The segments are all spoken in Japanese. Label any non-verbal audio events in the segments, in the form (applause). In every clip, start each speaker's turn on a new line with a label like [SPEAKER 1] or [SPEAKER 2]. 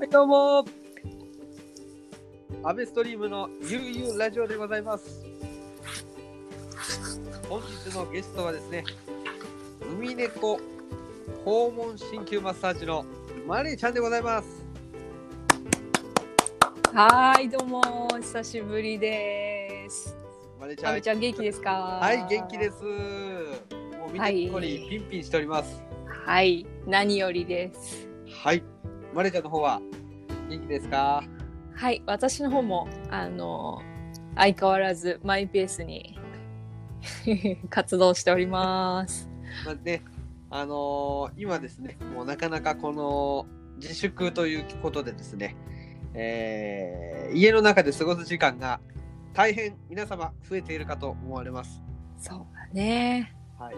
[SPEAKER 1] はい、どうも。アベストリームのゆうゆうラジオでございます。本日のゲストはですね、海猫訪問鍼灸マッサージのマリーちゃんでございます。
[SPEAKER 2] はーい、どうも、お久しぶりです。
[SPEAKER 1] マリーちゃ
[SPEAKER 2] あ
[SPEAKER 1] ん
[SPEAKER 2] みち。ゃん、元気ですか。。
[SPEAKER 1] はい、元気ですす。もうみんなにっこりピンピンしております。
[SPEAKER 2] はい、何よりです。
[SPEAKER 1] はい、マリーちゃんの方は元気ですか。
[SPEAKER 2] はい、私の方も、あの、相変わらずマイペースに。 (laughs) 活動しております。
[SPEAKER 1] まあね、あのー今ですね、もうなかなかこの自粛ということでですね、えー家の中で過ごす時間が大変皆様増えているかと思われます。
[SPEAKER 2] そうだね。
[SPEAKER 1] はい。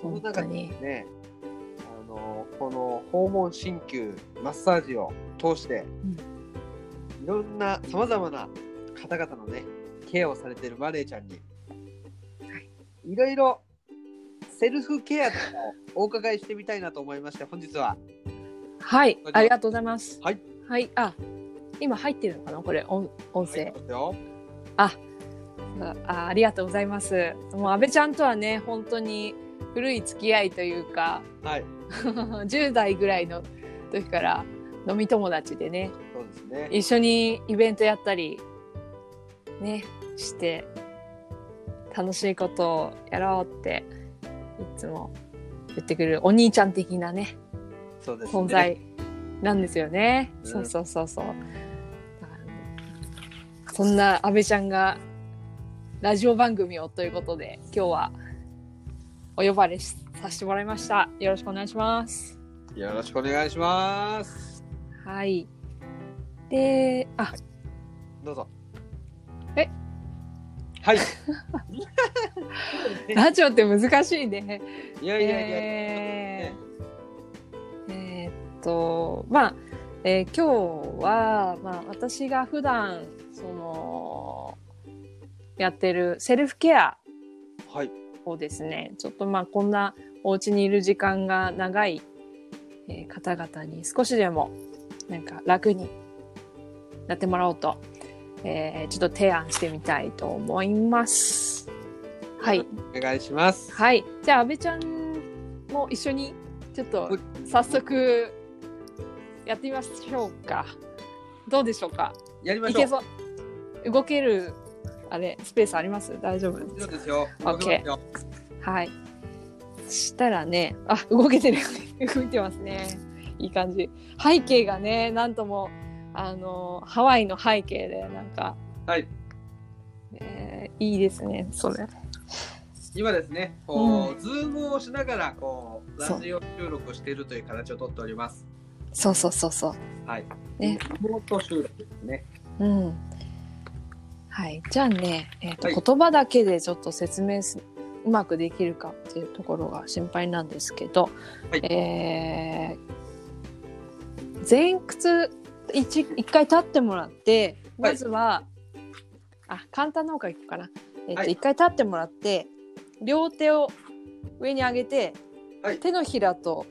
[SPEAKER 1] その
[SPEAKER 2] 本当
[SPEAKER 1] 中で
[SPEAKER 2] に。
[SPEAKER 1] ね、あのーこの訪問鍼灸、マッサージを通して、いろんなさまざまな方々のね、ケアをされているマレーちゃんに、いろいろセルフケアとかをお伺いしてみたいなと思いまして、本日は
[SPEAKER 2] はい、ありがとうございます。
[SPEAKER 1] はい。
[SPEAKER 2] はい、あ。今入ってるのかな、これ、音、音声。
[SPEAKER 1] 入ってますよ
[SPEAKER 2] あありがとうございます。もう安倍ちゃんとはね本当に古い付き合いというか
[SPEAKER 1] はい、
[SPEAKER 2] (laughs) 10代ぐらいの時から飲み友達でね
[SPEAKER 1] そうですね。
[SPEAKER 2] 一緒にイベントやったりねして楽しいことをやろうっていつも言ってくるお兄ちゃん的なね
[SPEAKER 1] そうですね。
[SPEAKER 2] 存在なんですよね。
[SPEAKER 1] うん
[SPEAKER 2] そうそうそうそう。だからねそんな安倍ちゃんがラジオ番組をということで今日はお呼ばれしさせてもらいました。よろしくお願いします。
[SPEAKER 1] よろしくお願いします。
[SPEAKER 2] はい。で、あ、
[SPEAKER 1] どうぞ。
[SPEAKER 2] え
[SPEAKER 1] はい。
[SPEAKER 2] (laughs)
[SPEAKER 1] (laughs)
[SPEAKER 2] ラジオって難しいね。
[SPEAKER 1] いやいやいや。
[SPEAKER 2] えーえーっとまあ、えー今日は、まあ、私が普段そのやってるセルフケア
[SPEAKER 1] はい。
[SPEAKER 2] をですねちょっとまあこんなお家にいる時間が長い、えー方々に少しでもなんか楽になってもらおうと、えーちょっと提案してみたいと思います。はい、
[SPEAKER 1] お願いします。
[SPEAKER 2] はい、じゃあ阿部ちゃんも一緒にちょっと早速やってみましょうか。どうでしょうか。
[SPEAKER 1] やりま
[SPEAKER 2] い
[SPEAKER 1] しょ
[SPEAKER 2] け
[SPEAKER 1] う。
[SPEAKER 2] そう。動けるあれスペースあります？大丈夫です
[SPEAKER 1] そ
[SPEAKER 2] か
[SPEAKER 1] うですよ。
[SPEAKER 2] オッケーはい。そしたらね、あ、動けてる、 (laughs) 動いてますね。いい感じ。背景がね、なんとも、あの、ハワイの背景で、なんか、
[SPEAKER 1] はい。
[SPEAKER 2] えーいいですね、それ。
[SPEAKER 1] 今ですね、こう、ズームをしながら、こう、
[SPEAKER 2] そう
[SPEAKER 1] ラジオ収録をしているという形をとっております。
[SPEAKER 2] そうそうそうそう。
[SPEAKER 1] はい。
[SPEAKER 2] ね。
[SPEAKER 1] リモート収録ですね。
[SPEAKER 2] うん。はい。じゃあね、えっ、と、
[SPEAKER 1] はい
[SPEAKER 2] 言葉だけでちょっと説明す、うまくできるかっていうところが心配なんですけど、
[SPEAKER 1] はい
[SPEAKER 2] えー前屈一、一回立ってもらって、まずは、あ、簡単な方からいくかな。えっ、
[SPEAKER 1] は
[SPEAKER 2] と、
[SPEAKER 1] い
[SPEAKER 2] 一、回立ってもらって、両手を上に上げて、
[SPEAKER 1] はい
[SPEAKER 2] 手のひらと、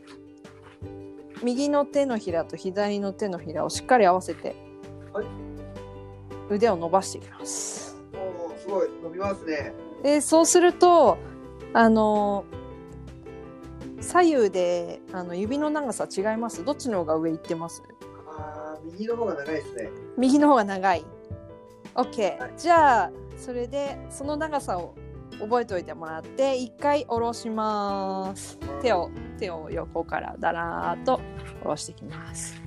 [SPEAKER 2] 右の手のひらと左の手のひらをしっかり合わせて、腕を伸ばしていきます。
[SPEAKER 1] おお、すごい、伸びますね。
[SPEAKER 2] でそうするとあの左右であの指の長さ違いますどっちの方が上行ってます
[SPEAKER 1] ああ、右の方が長いですね。
[SPEAKER 2] 右の方が長い OK、
[SPEAKER 1] はい
[SPEAKER 2] じゃあそれでその長さを覚えておいてもらって一回下ろします手を手を横からだらーっと下ろしていきます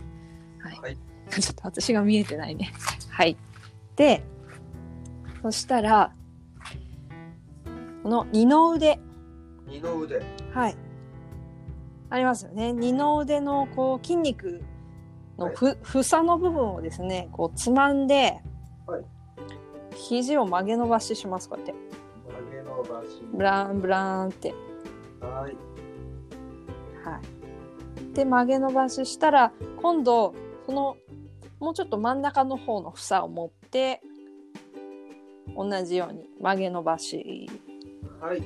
[SPEAKER 2] はい、
[SPEAKER 1] はい
[SPEAKER 2] (laughs) ちょっと私が見えてないねはいでそしたらこの二の腕
[SPEAKER 1] 二の腕。
[SPEAKER 2] はい。ありますよね。二の腕のこう筋肉のふ、房の部分をですね、こうつまんで、
[SPEAKER 1] はい
[SPEAKER 2] 肘を曲げ伸ばしします。こうやって
[SPEAKER 1] 曲げ伸ばし。
[SPEAKER 2] ブランブランって。
[SPEAKER 1] はい。
[SPEAKER 2] はい。で曲げ伸ばししたら今度そのもうちょっと真ん中の方の房を持って同じように曲げ伸ばし
[SPEAKER 1] はい。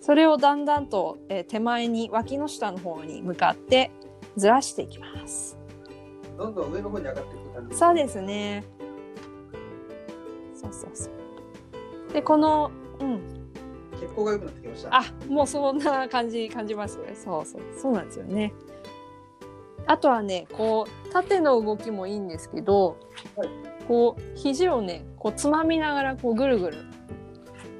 [SPEAKER 2] それをだんだんと、えー手前に脇の下の方に向かってずらしていきます。
[SPEAKER 1] どんどん上の方に上がっていく感じ
[SPEAKER 2] そうですね。そうそうそう。で、この、うん、
[SPEAKER 1] 血行が良くなってきました
[SPEAKER 2] あ、もうそんな感じ、感じます。そうそう、そうなんですよね。あとはね、こう、縦の動きもいいんですけど、
[SPEAKER 1] はい
[SPEAKER 2] こう、肘をね、こう、つまみながら、こう、ぐるぐる、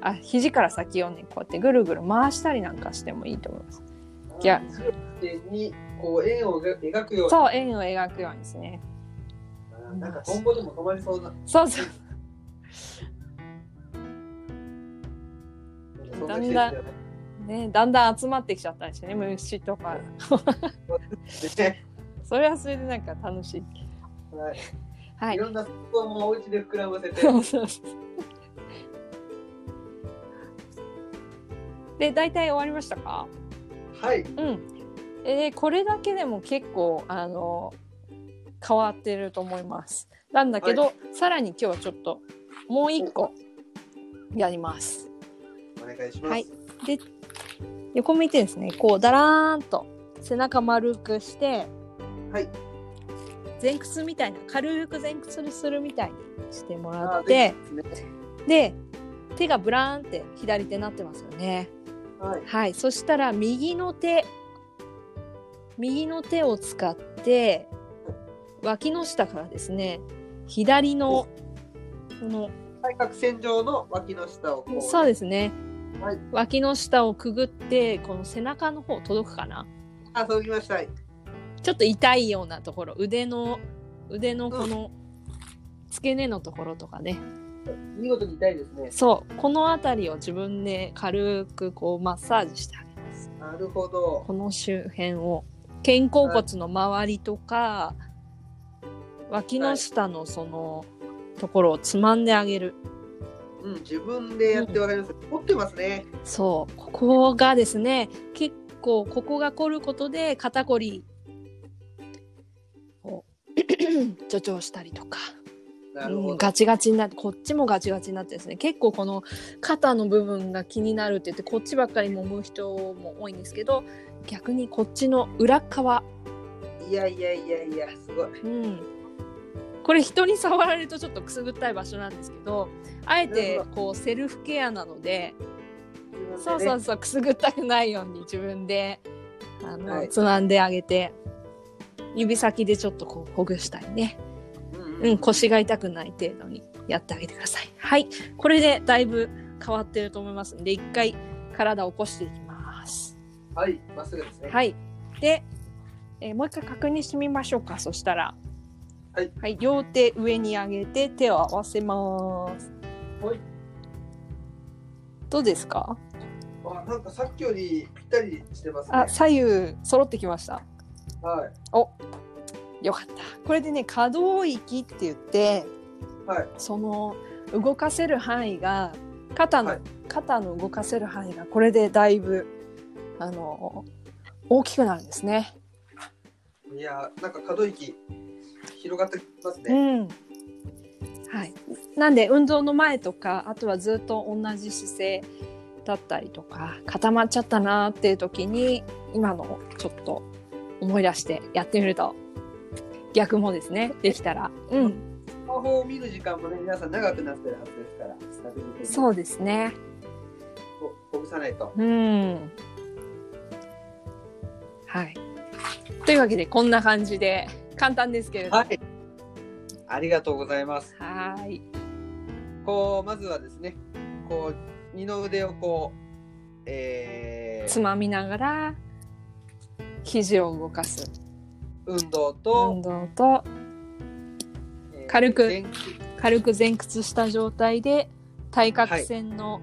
[SPEAKER 2] あ、肘から先をね、こうやってぐるぐる回したりなんかしてもいいと思います。いや
[SPEAKER 1] にこう円を描くように
[SPEAKER 2] そう、円を描くようにですね。
[SPEAKER 1] あーなんか今後でも止まりそうな
[SPEAKER 2] そうそう。
[SPEAKER 1] そ
[SPEAKER 2] だ
[SPEAKER 1] 季
[SPEAKER 2] ん
[SPEAKER 1] 節
[SPEAKER 2] だん
[SPEAKER 1] よね
[SPEAKER 2] ね、だんだん集まってきちゃったんですよね、虫とか。
[SPEAKER 1] ね
[SPEAKER 2] それはそれでなんか楽しい。
[SPEAKER 1] はい
[SPEAKER 2] はい
[SPEAKER 1] い。ろんな服をもうお家で膨らませ
[SPEAKER 2] (laughs)
[SPEAKER 1] て
[SPEAKER 2] そうそうそうで大体終わりましたか
[SPEAKER 1] はい
[SPEAKER 2] うん、えーこれだけでも結構あの変わってると思いますなんだけど、
[SPEAKER 1] は
[SPEAKER 2] さらに今日はちょっともう一個やります
[SPEAKER 1] お願いします
[SPEAKER 2] はい横向いてですねこうだらーんと背中丸くして、
[SPEAKER 1] はい
[SPEAKER 2] 前屈みたいな軽く前屈するみたいにしてもら
[SPEAKER 1] あ
[SPEAKER 2] っ
[SPEAKER 1] ー
[SPEAKER 2] て
[SPEAKER 1] でですね
[SPEAKER 2] で手がブラーンって左手になってますよね。
[SPEAKER 1] はい
[SPEAKER 2] はい、そしたら右の手右の手を使って脇の下からですね左のこの
[SPEAKER 1] 対角線上の脇の下をこう
[SPEAKER 2] そうですね、
[SPEAKER 1] はい
[SPEAKER 2] 脇の下をくぐってこの背中の方届くかな
[SPEAKER 1] あそうきましたはい
[SPEAKER 2] ちょっと痛いようなところ腕の腕のこの付け根のところとかね
[SPEAKER 1] 見事に痛いですね
[SPEAKER 2] そうこの辺りを自分で軽くこうマッサージしてあげます
[SPEAKER 1] なるほど
[SPEAKER 2] この周辺を肩甲骨の周りとか、脇の下のそのところをつまんであげる、
[SPEAKER 1] うん自分でやってわかります凝ってますね
[SPEAKER 2] そうここがですね結構ここが凝ることで肩こり
[SPEAKER 1] (coughs)
[SPEAKER 2] を助長したりとか、
[SPEAKER 1] なるほ
[SPEAKER 2] うん
[SPEAKER 1] ど
[SPEAKER 2] ガチガチになってこっちもガチガチになってですね結構この肩の部分が気になるって言ってこっちばっかり揉む人も多いんですけど逆にこっちの裏側
[SPEAKER 1] いやいやいやいやすごい
[SPEAKER 2] うん、これ人に触られるとちょっとくすぐったい場所なんですけどあえて
[SPEAKER 1] なる
[SPEAKER 2] こうセルフケアなので
[SPEAKER 1] 自
[SPEAKER 2] そ
[SPEAKER 1] 分
[SPEAKER 2] う
[SPEAKER 1] で
[SPEAKER 2] そう
[SPEAKER 1] ね
[SPEAKER 2] そうくすぐったくないように自分であの、
[SPEAKER 1] はい
[SPEAKER 2] つまんであげて指先でちょっとこうほぐしたりね、
[SPEAKER 1] うん
[SPEAKER 2] うん、腰が痛くない程度にやってあげてくださいはいこれでだいぶ変わってると思いますんで一回体を起こしていきます
[SPEAKER 1] はいまっすぐですね
[SPEAKER 2] はい。で、えーもう一回確認してみましょうか。そしたら。
[SPEAKER 1] はい。
[SPEAKER 2] 両手上に上げて手を合わせます。
[SPEAKER 1] はい。
[SPEAKER 2] どうですか？
[SPEAKER 1] あなんかさっきよりぴったりしてますね
[SPEAKER 2] あ、左右揃ってきました。
[SPEAKER 1] はい
[SPEAKER 2] よかった。これでね、可動域って言って、
[SPEAKER 1] はい
[SPEAKER 2] その動かせる範囲が肩の、
[SPEAKER 1] はい
[SPEAKER 2] 肩の動かせる範囲がこれでだいぶあの大きくなるんですね。
[SPEAKER 1] いやーなんか可動域広がってきます
[SPEAKER 2] う
[SPEAKER 1] ね。
[SPEAKER 2] ん。はい。なんで運動の前とか、あとはずっと同じ姿勢だったりとか、固まっちゃったなーっていう時に、今のをちょっと思い出してやってみると、逆もですね、できたら。うん。
[SPEAKER 1] スマホを見る時間もね皆さん長くなってるはずですから、う
[SPEAKER 2] そうですね。
[SPEAKER 1] ほぐさないと。
[SPEAKER 2] うん。はい。というわけで、こんな感じで、簡単ですけれども。
[SPEAKER 1] はい。ありがとうございます。
[SPEAKER 2] はーい。
[SPEAKER 1] こうまずはですね、こう二の腕をこう、え
[SPEAKER 2] つ
[SPEAKER 1] ー、
[SPEAKER 2] まみながら、肘を動かす
[SPEAKER 1] 運動
[SPEAKER 2] 運
[SPEAKER 1] と、
[SPEAKER 2] 動と、
[SPEAKER 1] えー
[SPEAKER 2] 軽く
[SPEAKER 1] 前屈
[SPEAKER 2] 軽く前屈した状態で対角線の、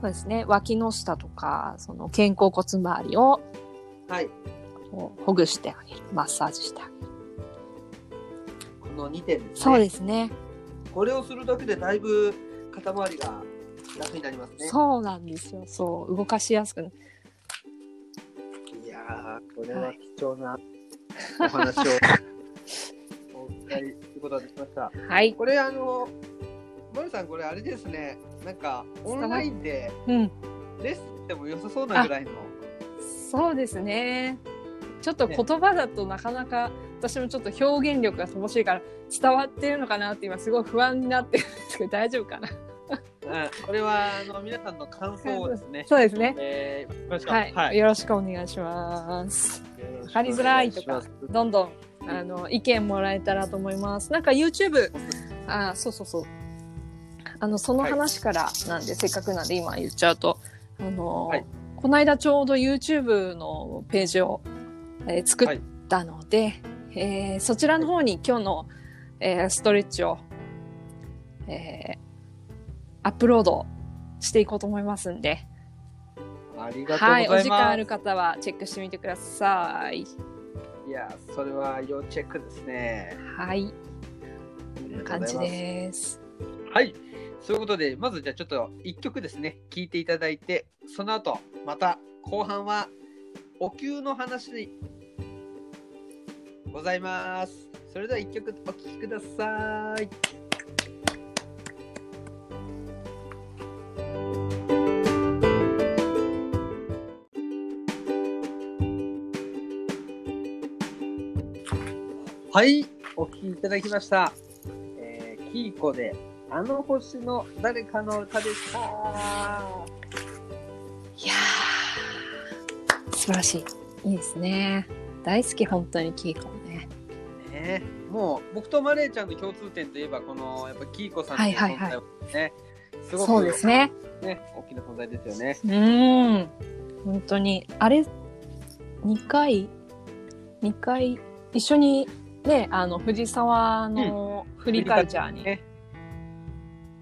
[SPEAKER 2] そうですね脇の下とかその肩甲骨周りを
[SPEAKER 1] はい。
[SPEAKER 2] こうほぐしてあげるマッサージしてあげる、
[SPEAKER 1] この二点ですね。
[SPEAKER 2] そうですね
[SPEAKER 1] これをするだけでだいぶ肩周りが楽になりますね。
[SPEAKER 2] そうなんですよそう動かしやすくなる
[SPEAKER 1] いやー、これは
[SPEAKER 2] はい
[SPEAKER 1] 貴重なお
[SPEAKER 2] (laughs)
[SPEAKER 1] 話をお伺いすることができました。
[SPEAKER 2] はい、
[SPEAKER 1] これ、あの、まるさん、これ、あれですね、なんか、オンラインで
[SPEAKER 2] うん、
[SPEAKER 1] レッスンでも良さそうなぐらいの、
[SPEAKER 2] そうですねちょっと言葉だとなかなか私もちょっと表現力が乏しいから伝わってるのかなって今すごい不安になってるんですけど大丈夫かな
[SPEAKER 1] あこれはあの皆さんの感想をですね。
[SPEAKER 2] そうですね。
[SPEAKER 1] えー、行きましょう
[SPEAKER 2] はい、よろしくお願いします。わかりづらいとか。どんどんあの意見もらえたらと思います。なんか YouTube、あそうそうそう。あの、その話からなんで、せっかくなんで今言っちゃうと、あの、
[SPEAKER 1] はい
[SPEAKER 2] この間ちょうど YouTube のページを、えー作
[SPEAKER 1] は
[SPEAKER 2] っ
[SPEAKER 1] い
[SPEAKER 2] たので、えーそちらの方に今日の、えーストレッチを、えーアップロードしていこうと思いますんで、
[SPEAKER 1] ありがとうござ
[SPEAKER 2] はいい、
[SPEAKER 1] ます。
[SPEAKER 2] お時間ある方はチェックしてみてください。
[SPEAKER 1] いや、それは要チェックですね。
[SPEAKER 2] はい、こんな
[SPEAKER 1] ありがと
[SPEAKER 2] 感じ
[SPEAKER 1] うございます
[SPEAKER 2] です。
[SPEAKER 1] はい。そういうことで、まずじゃあちょっと一曲ですね、聞いていただいて、その後、また後半はお給の話でございます。それでは一曲お聴きください。はい、お聴きいただきました。えー、キーコであの星の誰かの歌でした。
[SPEAKER 2] いやー、素晴らしい。いいですね。大好き、本当にキーコね。
[SPEAKER 1] ね、もう僕とマレーちゃんの共通点といえばこのやっぱキーコさんの
[SPEAKER 2] はい
[SPEAKER 1] 存在
[SPEAKER 2] はい
[SPEAKER 1] ね、
[SPEAKER 2] はい
[SPEAKER 1] すごく
[SPEAKER 2] そうですね。
[SPEAKER 1] ね大きな存在ですよね。
[SPEAKER 2] うーん。本当に、あれ、2回、2回、一緒にね、あの、藤沢のフリーカルチャーに、ね
[SPEAKER 1] ね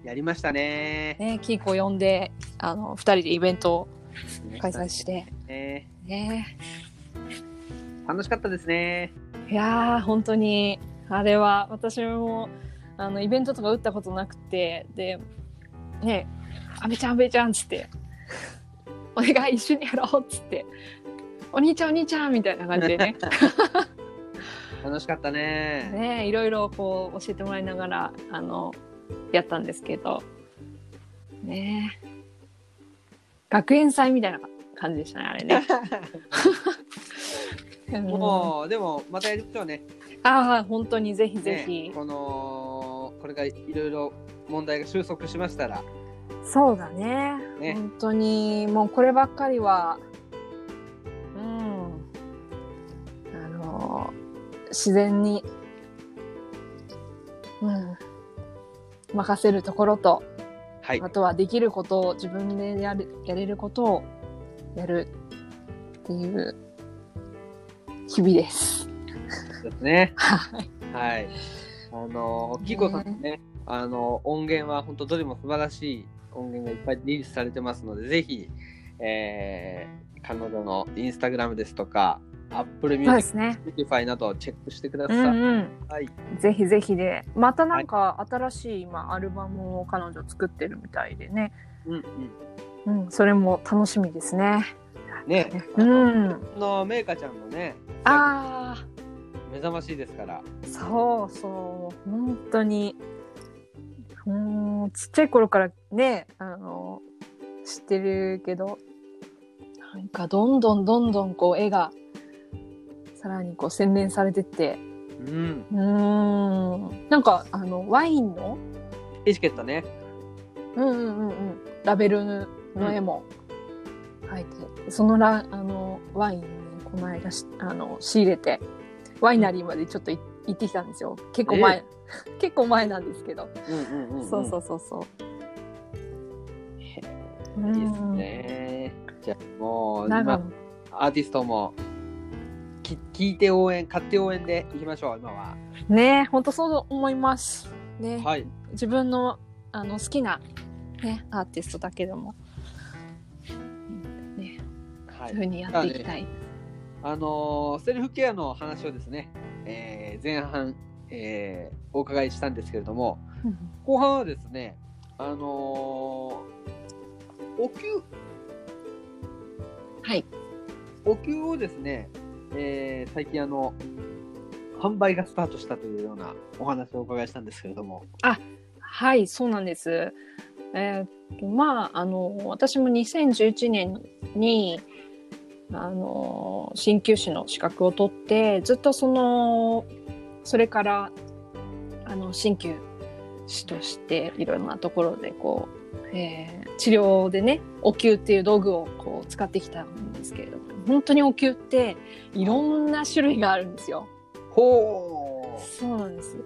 [SPEAKER 1] やりましたね。
[SPEAKER 2] キーコ呼んで、あの、2人でイベントを開催
[SPEAKER 1] し
[SPEAKER 2] して、
[SPEAKER 1] ね
[SPEAKER 2] ね。
[SPEAKER 1] 楽しかったですね。
[SPEAKER 2] いやー本当にあれは私もあのイベントとか打ったことなくてでねあべちゃんあべちゃん」っつって「お願い一緒にやろう」っつって「お兄ちゃんお兄ちゃん」みたいな感じ
[SPEAKER 1] (laughs)
[SPEAKER 2] でね
[SPEAKER 1] 楽しかったね。
[SPEAKER 2] ねいろいろこう教えてもらいながらあのやったんですけどね学園祭みたいな感じでしたねあ
[SPEAKER 1] (laughs)
[SPEAKER 2] れね。うん
[SPEAKER 1] もうでもまたやりましょうね。
[SPEAKER 2] ああ本当にぜひぜひ。
[SPEAKER 1] ねこのこれがいろいろ問題が収束しましたら
[SPEAKER 2] そうだね
[SPEAKER 1] ね
[SPEAKER 2] 本当にもうこればっかりはうんあの自然にうん任せるところと、
[SPEAKER 1] はい
[SPEAKER 2] あとはできることを自分でやるやれることをやるっていう日々です。
[SPEAKER 1] ですね。
[SPEAKER 2] はい
[SPEAKER 1] はい。あの、キコさんね、あの、音源は本当どれも素晴らしい音源がいっぱいリリースされてますので、ぜひ、えー彼女のインスタグラムですとか、Apple
[SPEAKER 2] そうで
[SPEAKER 1] Music、
[SPEAKER 2] すね。
[SPEAKER 1] Spotify などをチェックしてくだ
[SPEAKER 2] う
[SPEAKER 1] さい。
[SPEAKER 2] んうん
[SPEAKER 1] はい。
[SPEAKER 2] ぜひぜひで、またなんか新しい今アルバムを彼女作ってるみたいでね。
[SPEAKER 1] うんうん。
[SPEAKER 2] うん、それも楽しみですね。
[SPEAKER 1] ね、
[SPEAKER 2] う
[SPEAKER 1] あの
[SPEAKER 2] ん。
[SPEAKER 1] あの、メイカちゃんもね、
[SPEAKER 2] ああ、
[SPEAKER 1] 目覚ましいですから。
[SPEAKER 2] そうそう、本当に。うん、ちっちゃい頃からね、あの、知ってるけど、なんかどんどんどんどんこう絵が、さらにこう洗練されてって、
[SPEAKER 1] うん。
[SPEAKER 2] うーん、なんかあの、ワインの、
[SPEAKER 1] エチケットね。
[SPEAKER 2] うんうんうんうん、ラベルの絵も描いて、そのラあのワインねこの間しあの仕入れてワイナリーまでちょっとい行ってきたんですよ結構前、結構前なんですけど、
[SPEAKER 1] うんうんうん、うん。。
[SPEAKER 2] そうそううそうそう
[SPEAKER 1] へ
[SPEAKER 2] う
[SPEAKER 1] いいです
[SPEAKER 2] ん
[SPEAKER 1] ね。じゃあ、もう、
[SPEAKER 2] 長
[SPEAKER 1] 今
[SPEAKER 2] 野
[SPEAKER 1] アーティストもき聞いて応援買って応援でいきましょう今は
[SPEAKER 2] ね本当そう思いますね、
[SPEAKER 1] はい
[SPEAKER 2] 自分のあの好きな、ね、アーティストだけでも、ね、
[SPEAKER 1] は
[SPEAKER 2] そういうふう
[SPEAKER 1] い
[SPEAKER 2] にやっていきたい、
[SPEAKER 1] あのーセルフケアの話をですね、えー前半、えーお伺いしたんですけれども
[SPEAKER 2] うん
[SPEAKER 1] 後半はですねあのーお灸
[SPEAKER 2] はい
[SPEAKER 1] お灸をですね、えー最近あの販売がスタートしたというようなお話をお伺いしたんですけれども
[SPEAKER 2] はい、そうなんです。えーっとまあ、あの、私も2011年に、あの鍼灸師の資格を取ってずっとそのそれからあの鍼灸師としていろんなところでこう、えー治療でねお灸っていう道具をこう使ってきたんですけれども本当にお灸っていろんな種類があるんですよ。
[SPEAKER 1] ほ
[SPEAKER 2] そうなんです。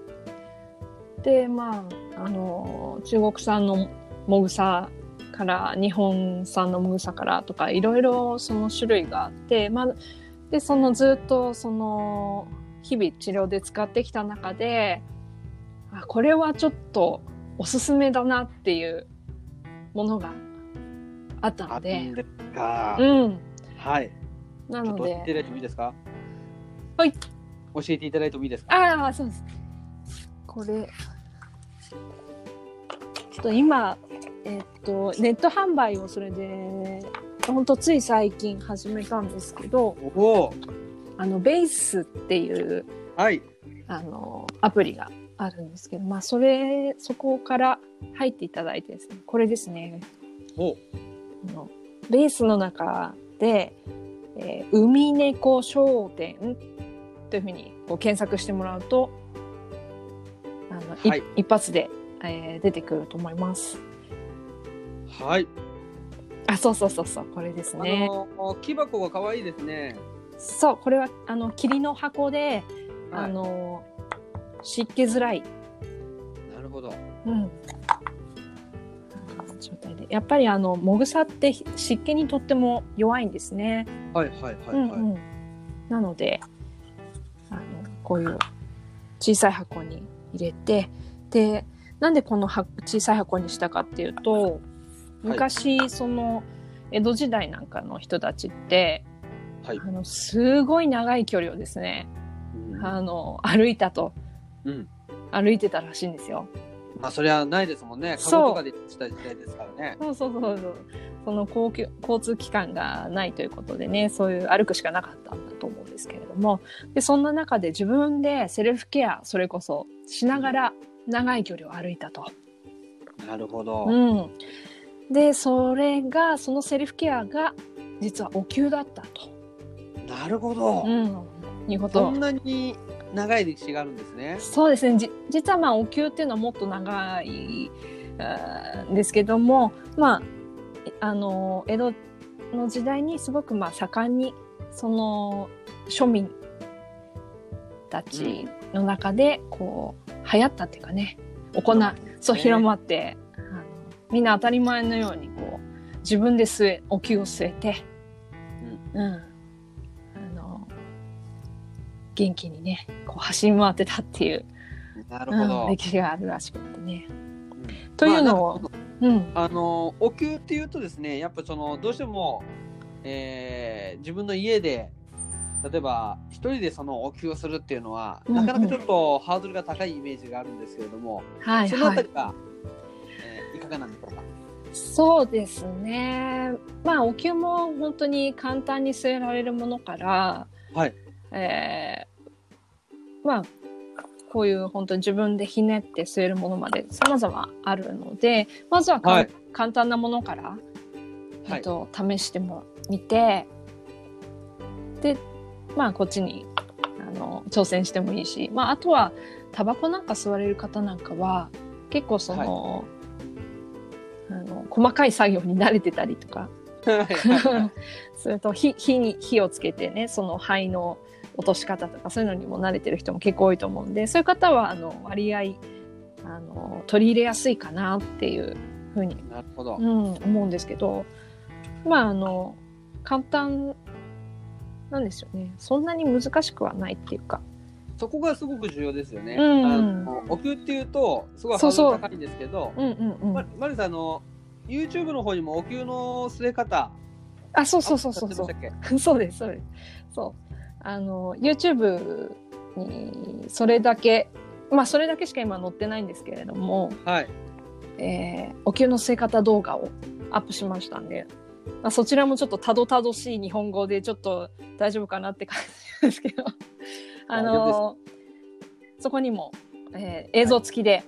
[SPEAKER 2] で、まあ、あの、中国産のもぐさから、日本産のもぐさからとか、いろいろその種類があって、まあ、で、そのずっと、その、日々治療で使ってきた中で、あ、これはちょっとおすすめだなっていうものがあった
[SPEAKER 1] う。あ
[SPEAKER 2] の
[SPEAKER 1] ったん
[SPEAKER 2] で、
[SPEAKER 1] ですか。
[SPEAKER 2] うん。
[SPEAKER 1] はい。
[SPEAKER 2] な
[SPEAKER 1] ちょ
[SPEAKER 2] の
[SPEAKER 1] っと教えていただ
[SPEAKER 2] で、
[SPEAKER 1] いてもいいですか。
[SPEAKER 2] はい。
[SPEAKER 1] 教えていただいてもいいですか。
[SPEAKER 2] ああ、そうです。これ。ちょっと今、えっと、ネット販売をそれで、ほんとつい最近始めたんですけど、
[SPEAKER 1] おお。
[SPEAKER 2] あの、ベースっていう、
[SPEAKER 1] はい。
[SPEAKER 2] あの、アプリがあるんですけど、まあ、それ、そこから入っていただいてですね、これですね、
[SPEAKER 1] おう。
[SPEAKER 2] あのベースの中で、えー海猫商店というふうにこう検索してもらうと、あの、い
[SPEAKER 1] はい
[SPEAKER 2] 一発で、えー出てくると思います。
[SPEAKER 1] はい。
[SPEAKER 2] あ、そうそうそうそう、これです
[SPEAKER 1] あ
[SPEAKER 2] ね。
[SPEAKER 1] の木箱が可愛いですね。
[SPEAKER 2] そう、これはあの霧の箱で、
[SPEAKER 1] はい
[SPEAKER 2] あの湿気づらい。
[SPEAKER 1] なるほど。
[SPEAKER 2] うん状態でやっぱりあのもぐさって湿気にとっても弱いんですね。
[SPEAKER 1] はいはいはいはい。
[SPEAKER 2] うんうん、なのであのこういう小さい箱に入れてでなんでこの箱小さい箱にしたかっていうと昔、その江戸時代なんかの人たちって、
[SPEAKER 1] はい
[SPEAKER 2] あのすごい長い距離をですね
[SPEAKER 1] うん
[SPEAKER 2] あの歩いたと
[SPEAKER 1] うん。
[SPEAKER 2] 歩いてたらしいんですよ。
[SPEAKER 1] まあそれはないですもんね。カ
[SPEAKER 2] そう
[SPEAKER 1] ゴとかでした時代ですからね。
[SPEAKER 2] そうそうそうそうその公共交通機関がないということでねそういう歩くしかなかったんだと思うんですけれどもでそんな中で自分でセルフケアそれこそしながら長い距離を歩いたと。
[SPEAKER 1] なるほど。
[SPEAKER 2] うん、でそれがそのセルフケアが実はお灸だったと、
[SPEAKER 1] なるほど。
[SPEAKER 2] うん、いうこ
[SPEAKER 1] そ
[SPEAKER 2] と
[SPEAKER 1] んなに長い歴史があるんですね。
[SPEAKER 2] そうですねじ実はまあお灸っていうのはもっと長いあーんですけどもまああの江戸の時代にすごくまあ盛んにその庶民たちの中でこう流行ったっていうかね行なそう広まって、あのみんな当たり前のようにこう自分で据えお灸を据えて、うんあの元気にねこう走り回ってたっていう
[SPEAKER 1] なるほ
[SPEAKER 2] うん
[SPEAKER 1] ど。
[SPEAKER 2] 歴史があるらしくてね。
[SPEAKER 1] うん
[SPEAKER 2] というのを、
[SPEAKER 1] ま
[SPEAKER 2] う
[SPEAKER 1] あ、
[SPEAKER 2] ん、
[SPEAKER 1] なんかあのお灸っていうとですね、やっぱそのどうしても、えー自分の家で例えば一人でそのお灸をするっていうのは、
[SPEAKER 2] うんうん
[SPEAKER 1] なかなかちょっとハードルが高いイメージがあるんですけれども、
[SPEAKER 2] はい
[SPEAKER 1] そのあ
[SPEAKER 2] は
[SPEAKER 1] た
[SPEAKER 2] い
[SPEAKER 1] りが、えーいかがなんでしょうか。
[SPEAKER 2] そうですねまあお灸も本当に簡単に据えられるものから、
[SPEAKER 1] はい
[SPEAKER 2] えーまあこういう本当に自分でひねって据えるものまで様々あるのでまずはかん、
[SPEAKER 1] はい
[SPEAKER 2] 簡単なものから、
[SPEAKER 1] は
[SPEAKER 2] えっ
[SPEAKER 1] い。
[SPEAKER 2] と試してもみてでまあこっちにあの挑戦してもいいし、まあ、あとはタバコなんか吸われる方なんかは結構その,、あの細かい作業に慣れてたりとかすると火火に火をつけてねその灰の落とし方とかそういうのにも慣れてる人も結構多いと思うんでそういう方はあの割合あの取り入れやすいかなっていうふうに
[SPEAKER 1] なるほど。
[SPEAKER 2] うん、思うんですけどまああの簡単なんですよねそんなに難しくはないっていうか
[SPEAKER 1] そこがすごく重要ですよね。
[SPEAKER 2] うん
[SPEAKER 1] あのお灸っていうとすごいハードル高いんですけど、
[SPEAKER 2] うんうんう
[SPEAKER 1] ま
[SPEAKER 2] ん
[SPEAKER 1] マリさんあの YouTube の方にもお灸の据え方
[SPEAKER 2] あそうそうそうそ
[SPEAKER 1] あ
[SPEAKER 2] う
[SPEAKER 1] や
[SPEAKER 2] そ
[SPEAKER 1] ってましたっ
[SPEAKER 2] う (laughs) そうですそうですそうあの YouTube にそれだけまあそれだけしか今載ってないんですけれども、
[SPEAKER 1] けはい。
[SPEAKER 2] えーお灸の据え方動画をアップしましたんで、まあ、そちらもちょっとたどたどしい日本語でちょっと大丈夫かなって感じで
[SPEAKER 1] (laughs)
[SPEAKER 2] すけど
[SPEAKER 1] 大
[SPEAKER 2] あのそこにも、えー映像付きで、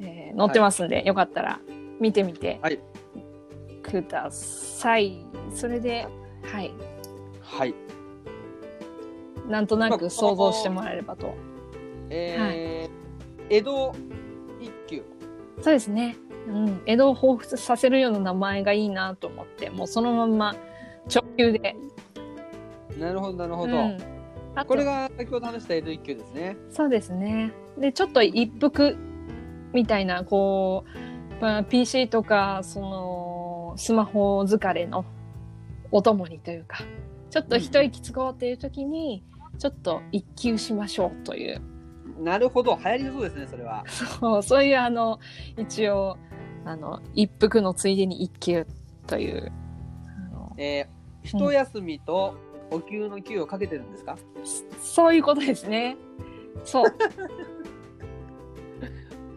[SPEAKER 2] えー載ってますんで、よかったら見てみて
[SPEAKER 1] はい
[SPEAKER 2] ください。それではい。
[SPEAKER 1] はい。
[SPEAKER 2] なんとな
[SPEAKER 1] まあ
[SPEAKER 2] く想像してもらえればと。
[SPEAKER 1] えー江戸一休。
[SPEAKER 2] そうですね。うん。江戸を彷彿させるような名前がいいなと思って、もうそのまんま直球で。
[SPEAKER 1] なるほど、なるほど。
[SPEAKER 2] うんあと
[SPEAKER 1] これが先ほど話した江戸一休ですね。
[SPEAKER 2] そうですね。で、ちょっと一服みたいな、こう、まあ、PC とか、その、スマホ疲れのお供にというか、ちょっと一息つこうっていう時に、ちょっと一休しましょうという、 (laughs)
[SPEAKER 1] なるほど、流行りそうですね、それは。
[SPEAKER 2] そうそういうあの、一応、あの、一服のついでに一休という、あの
[SPEAKER 1] えー、一休みとお給の給をかけてるんですか、
[SPEAKER 2] そそういうことですね。
[SPEAKER 1] (laughs)
[SPEAKER 2] そう。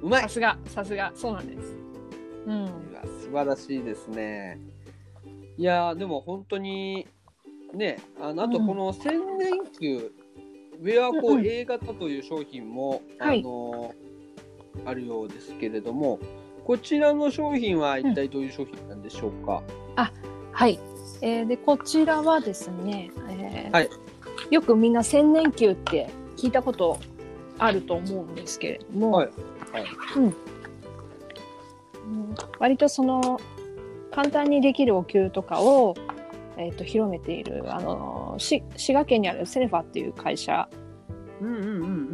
[SPEAKER 1] うまい
[SPEAKER 2] さすが、さすが、そうなんです。うん。
[SPEAKER 1] うわ素晴らしいですね。いやーでも本当にねあのあと
[SPEAKER 2] うん
[SPEAKER 1] この千年球、ウェアコ
[SPEAKER 2] うんうん
[SPEAKER 1] A 型という商品も、
[SPEAKER 2] はい
[SPEAKER 1] あのあるようですけれどもこちらの商品は一体どういう商品なんでしょうか、
[SPEAKER 2] はい、えーでこちらはですね、えー
[SPEAKER 1] はい
[SPEAKER 2] よくみんな千年球って聞いたことあると思うんですけれども、
[SPEAKER 1] はい
[SPEAKER 2] うん割とその簡単にできるお灸とかを、えー、と広めているあのし滋賀県にあるセルファっていう会社
[SPEAKER 1] うんうんう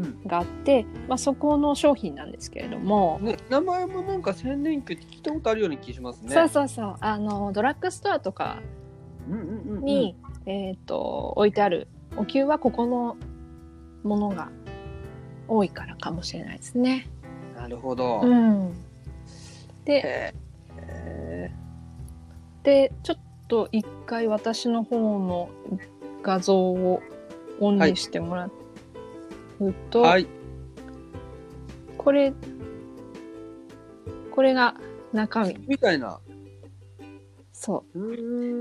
[SPEAKER 1] ん
[SPEAKER 2] があって、まあ、そこの商品なんですけれども、
[SPEAKER 1] うんね名前もなんか千年球って聞いたことあるような気しますね。
[SPEAKER 2] そうそうそうあのドラッグストアとか
[SPEAKER 1] うんうんうんうん
[SPEAKER 2] に、えー、と置いてあるお灸はここのものが多いからかもしれないですね。
[SPEAKER 1] なるほど。
[SPEAKER 2] うん、で
[SPEAKER 1] へえ
[SPEAKER 2] でちょっと一回私の方の画像をオンにしてもらうと、
[SPEAKER 1] はい
[SPEAKER 2] これこれが中身
[SPEAKER 1] みたいな。
[SPEAKER 2] そうう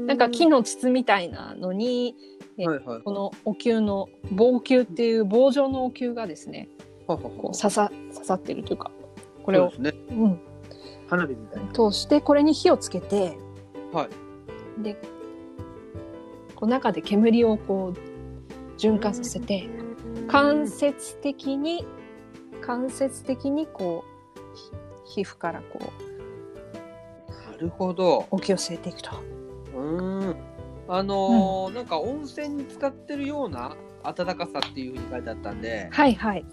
[SPEAKER 1] ー
[SPEAKER 2] なんか木の筒みたいなのに
[SPEAKER 1] はいはいはい
[SPEAKER 2] このお灸の棒灸っていう棒状のお灸がですね
[SPEAKER 1] ははは
[SPEAKER 2] こう刺さ刺さってるというかこ
[SPEAKER 1] こ
[SPEAKER 2] れを、
[SPEAKER 1] ね、
[SPEAKER 2] うん、
[SPEAKER 1] 花火みたいな。
[SPEAKER 2] 通してこれに火をつけて、、
[SPEAKER 1] はい
[SPEAKER 2] でこう中で煙をこう循環させて間接的に間接的にこうひ皮膚からこう
[SPEAKER 1] なるほど。
[SPEAKER 2] お気を据えていくと
[SPEAKER 1] うん。あのーなんか温泉に使ってるような暖かさっていうふうに書いてあったんで、
[SPEAKER 2] はいはい、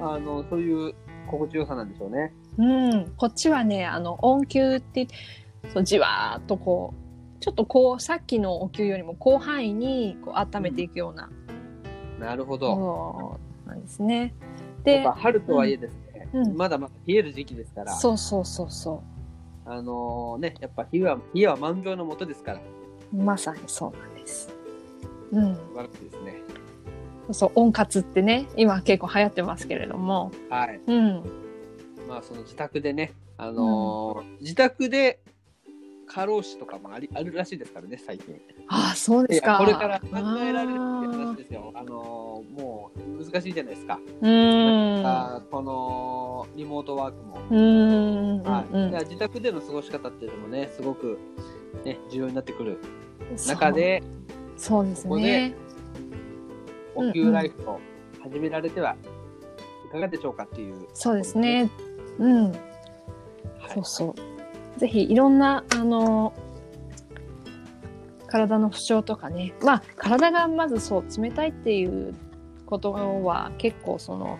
[SPEAKER 1] あのそういう心地よさなんでしょうね。
[SPEAKER 2] うん、こっちはねあの温灸ってそうじわーっとこうちょっとこうさっきのお灸よりも広範囲にこう温めていくような
[SPEAKER 1] なるほ
[SPEAKER 2] も
[SPEAKER 1] ど。
[SPEAKER 2] のなんですね。
[SPEAKER 1] やっ
[SPEAKER 2] で
[SPEAKER 1] ぱ春とはいえですね、
[SPEAKER 2] うんうん
[SPEAKER 1] まだまだ冷える時期ですから、
[SPEAKER 2] そうそうそうそう
[SPEAKER 1] あのーねやっぱ冷えは冷えは満行のもとですから。
[SPEAKER 2] まさにそうなんです。うん、
[SPEAKER 1] 素晴らしいですね。
[SPEAKER 2] そう温活ってね今結構流行ってますけれども、
[SPEAKER 1] はい。
[SPEAKER 2] うん、
[SPEAKER 1] まあその自宅でね、あのー自宅で過労死とかもありあるらしいですからね最近。
[SPEAKER 2] ああそう
[SPEAKER 1] い
[SPEAKER 2] です
[SPEAKER 1] や
[SPEAKER 2] か。
[SPEAKER 1] これから考えられるって話ですよ。あのーもう難しいじゃないですか。
[SPEAKER 2] あー
[SPEAKER 1] あーこのリモートワークも。
[SPEAKER 2] うーん、うん、
[SPEAKER 1] はい。
[SPEAKER 2] うん
[SPEAKER 1] だから自宅での過ごし方っていうのもね、すごく、ね、重要になってくる
[SPEAKER 2] うん、
[SPEAKER 1] 中で、
[SPEAKER 2] そう、そうです
[SPEAKER 1] ここ
[SPEAKER 2] ね
[SPEAKER 1] で。
[SPEAKER 2] うん
[SPEAKER 1] お給ライフを始められてはいかがでしょうかっていう。
[SPEAKER 2] そうですね。うん、
[SPEAKER 1] はい
[SPEAKER 2] そうそう。ぜひいろんなあの体の不調とかね、まあ体がまずそう冷たいっていうことは結構その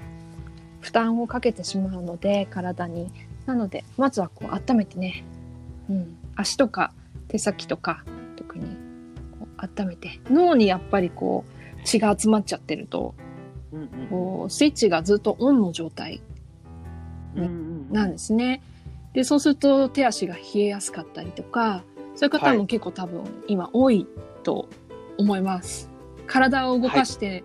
[SPEAKER 2] 負担をかけてしまうので体になのでまずはこう温めてね、うん、足とか手先とか特にこう温めて脳にやっぱりこう血が集まっちゃってると
[SPEAKER 1] うんうん
[SPEAKER 2] こうスイッチがずっとオンの状態
[SPEAKER 1] うんうん
[SPEAKER 2] なんですね。で、そうすると手足が冷えやすかったりとか、そういう方も結構多分今多いと思います。体を動かして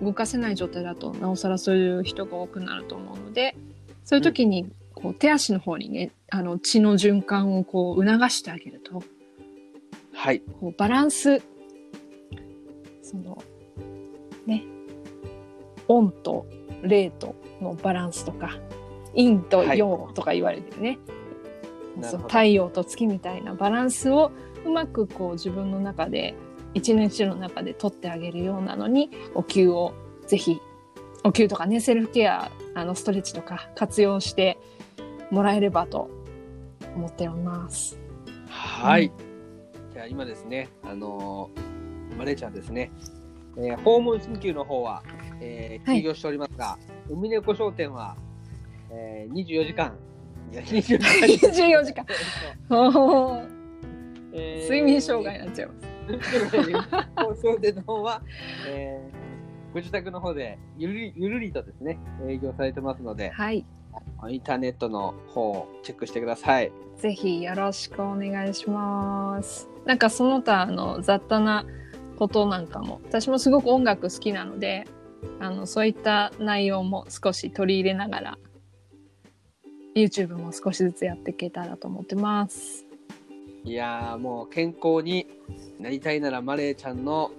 [SPEAKER 2] 動かせない状態だと、なおさらそういう人が多くなると思うので、そういう時にこう手足の方にね、あの血の循環をこう促してあげると、
[SPEAKER 1] はい。
[SPEAKER 2] こうバランス、その、ね、オンとレイとのバランスとか、陰と陽とか言われてるね、
[SPEAKER 1] な
[SPEAKER 2] そ
[SPEAKER 1] る
[SPEAKER 2] う
[SPEAKER 1] ほど
[SPEAKER 2] 太陽と月みたいなバランスをうまくこう自分の中で一日の中で取ってあげるようなのにお灸をぜひお灸とかねセルフケアあのストレッチとか活用してもらえればと思っております。
[SPEAKER 1] はい。じゃあ今ですね、あのーマレーちゃんですね、えー訪問鍼灸の方は、えー
[SPEAKER 2] はい
[SPEAKER 1] 休業しておりますが、海猫商店は、えー、24時間、いや24時間
[SPEAKER 2] 24時間、おー
[SPEAKER 1] えー
[SPEAKER 2] (laughs) 睡眠障害になっちゃいます。
[SPEAKER 1] 放送での方は、えーご自宅の方でゆるりゆるりとですね営業されてますので
[SPEAKER 2] はい、
[SPEAKER 1] インターネットの方をチェックしてください
[SPEAKER 2] ぜひよろしくお願いします。なんかその他の雑多なことなんかも、私もすごく音楽好きなので、あのそういった内容も少し取り入れながら、YouTube も少しずつやっていけたらと思ってます。
[SPEAKER 1] いやーもう健康になりたいならマレーちゃんの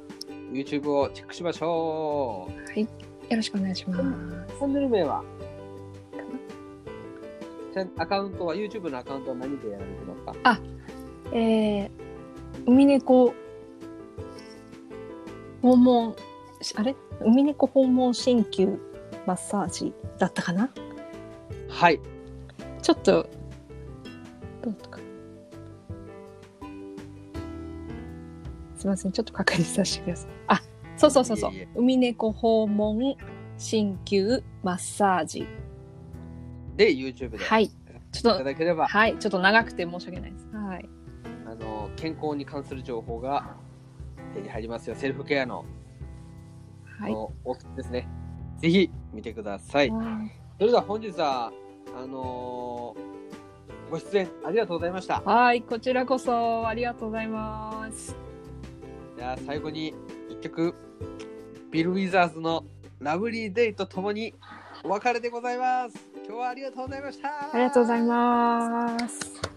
[SPEAKER 1] YouTube をチェックしましょう
[SPEAKER 2] よろしくお願いします。
[SPEAKER 1] チャンネル名はチャンアカウントは YouTube のアカウントは何でやられてますか
[SPEAKER 2] えー、海猫訪問、しあれ海猫訪問鍼灸マッサージだったかな
[SPEAKER 1] はい
[SPEAKER 2] ちょっと、どうとか。すみません、ちょっと確認させてください。あ、そうそうそうそう。
[SPEAKER 1] いえいえ
[SPEAKER 2] 海猫訪問、鍼灸、マッサージ。
[SPEAKER 1] で YouTube で
[SPEAKER 2] はいい。ちょ
[SPEAKER 1] た
[SPEAKER 2] っ
[SPEAKER 1] だけれ
[SPEAKER 2] と、
[SPEAKER 1] ば、
[SPEAKER 2] はい。ちょっと長くて申し訳ないです。はい。
[SPEAKER 1] あの健康に関する情報が手に入りますよセルフケアの
[SPEAKER 2] はい。
[SPEAKER 1] のお口ですね。ぜひ見てください。
[SPEAKER 2] は
[SPEAKER 1] それでは本日は、あのーご出演ありがとうございました。
[SPEAKER 2] い。こちらこそ、ありがとうございます。
[SPEAKER 1] じゃあ最後に一曲、ビル・ウィザーズのラブリーデイとともにお別れでございます。今日はありがとうございました。
[SPEAKER 2] ありがとうございます。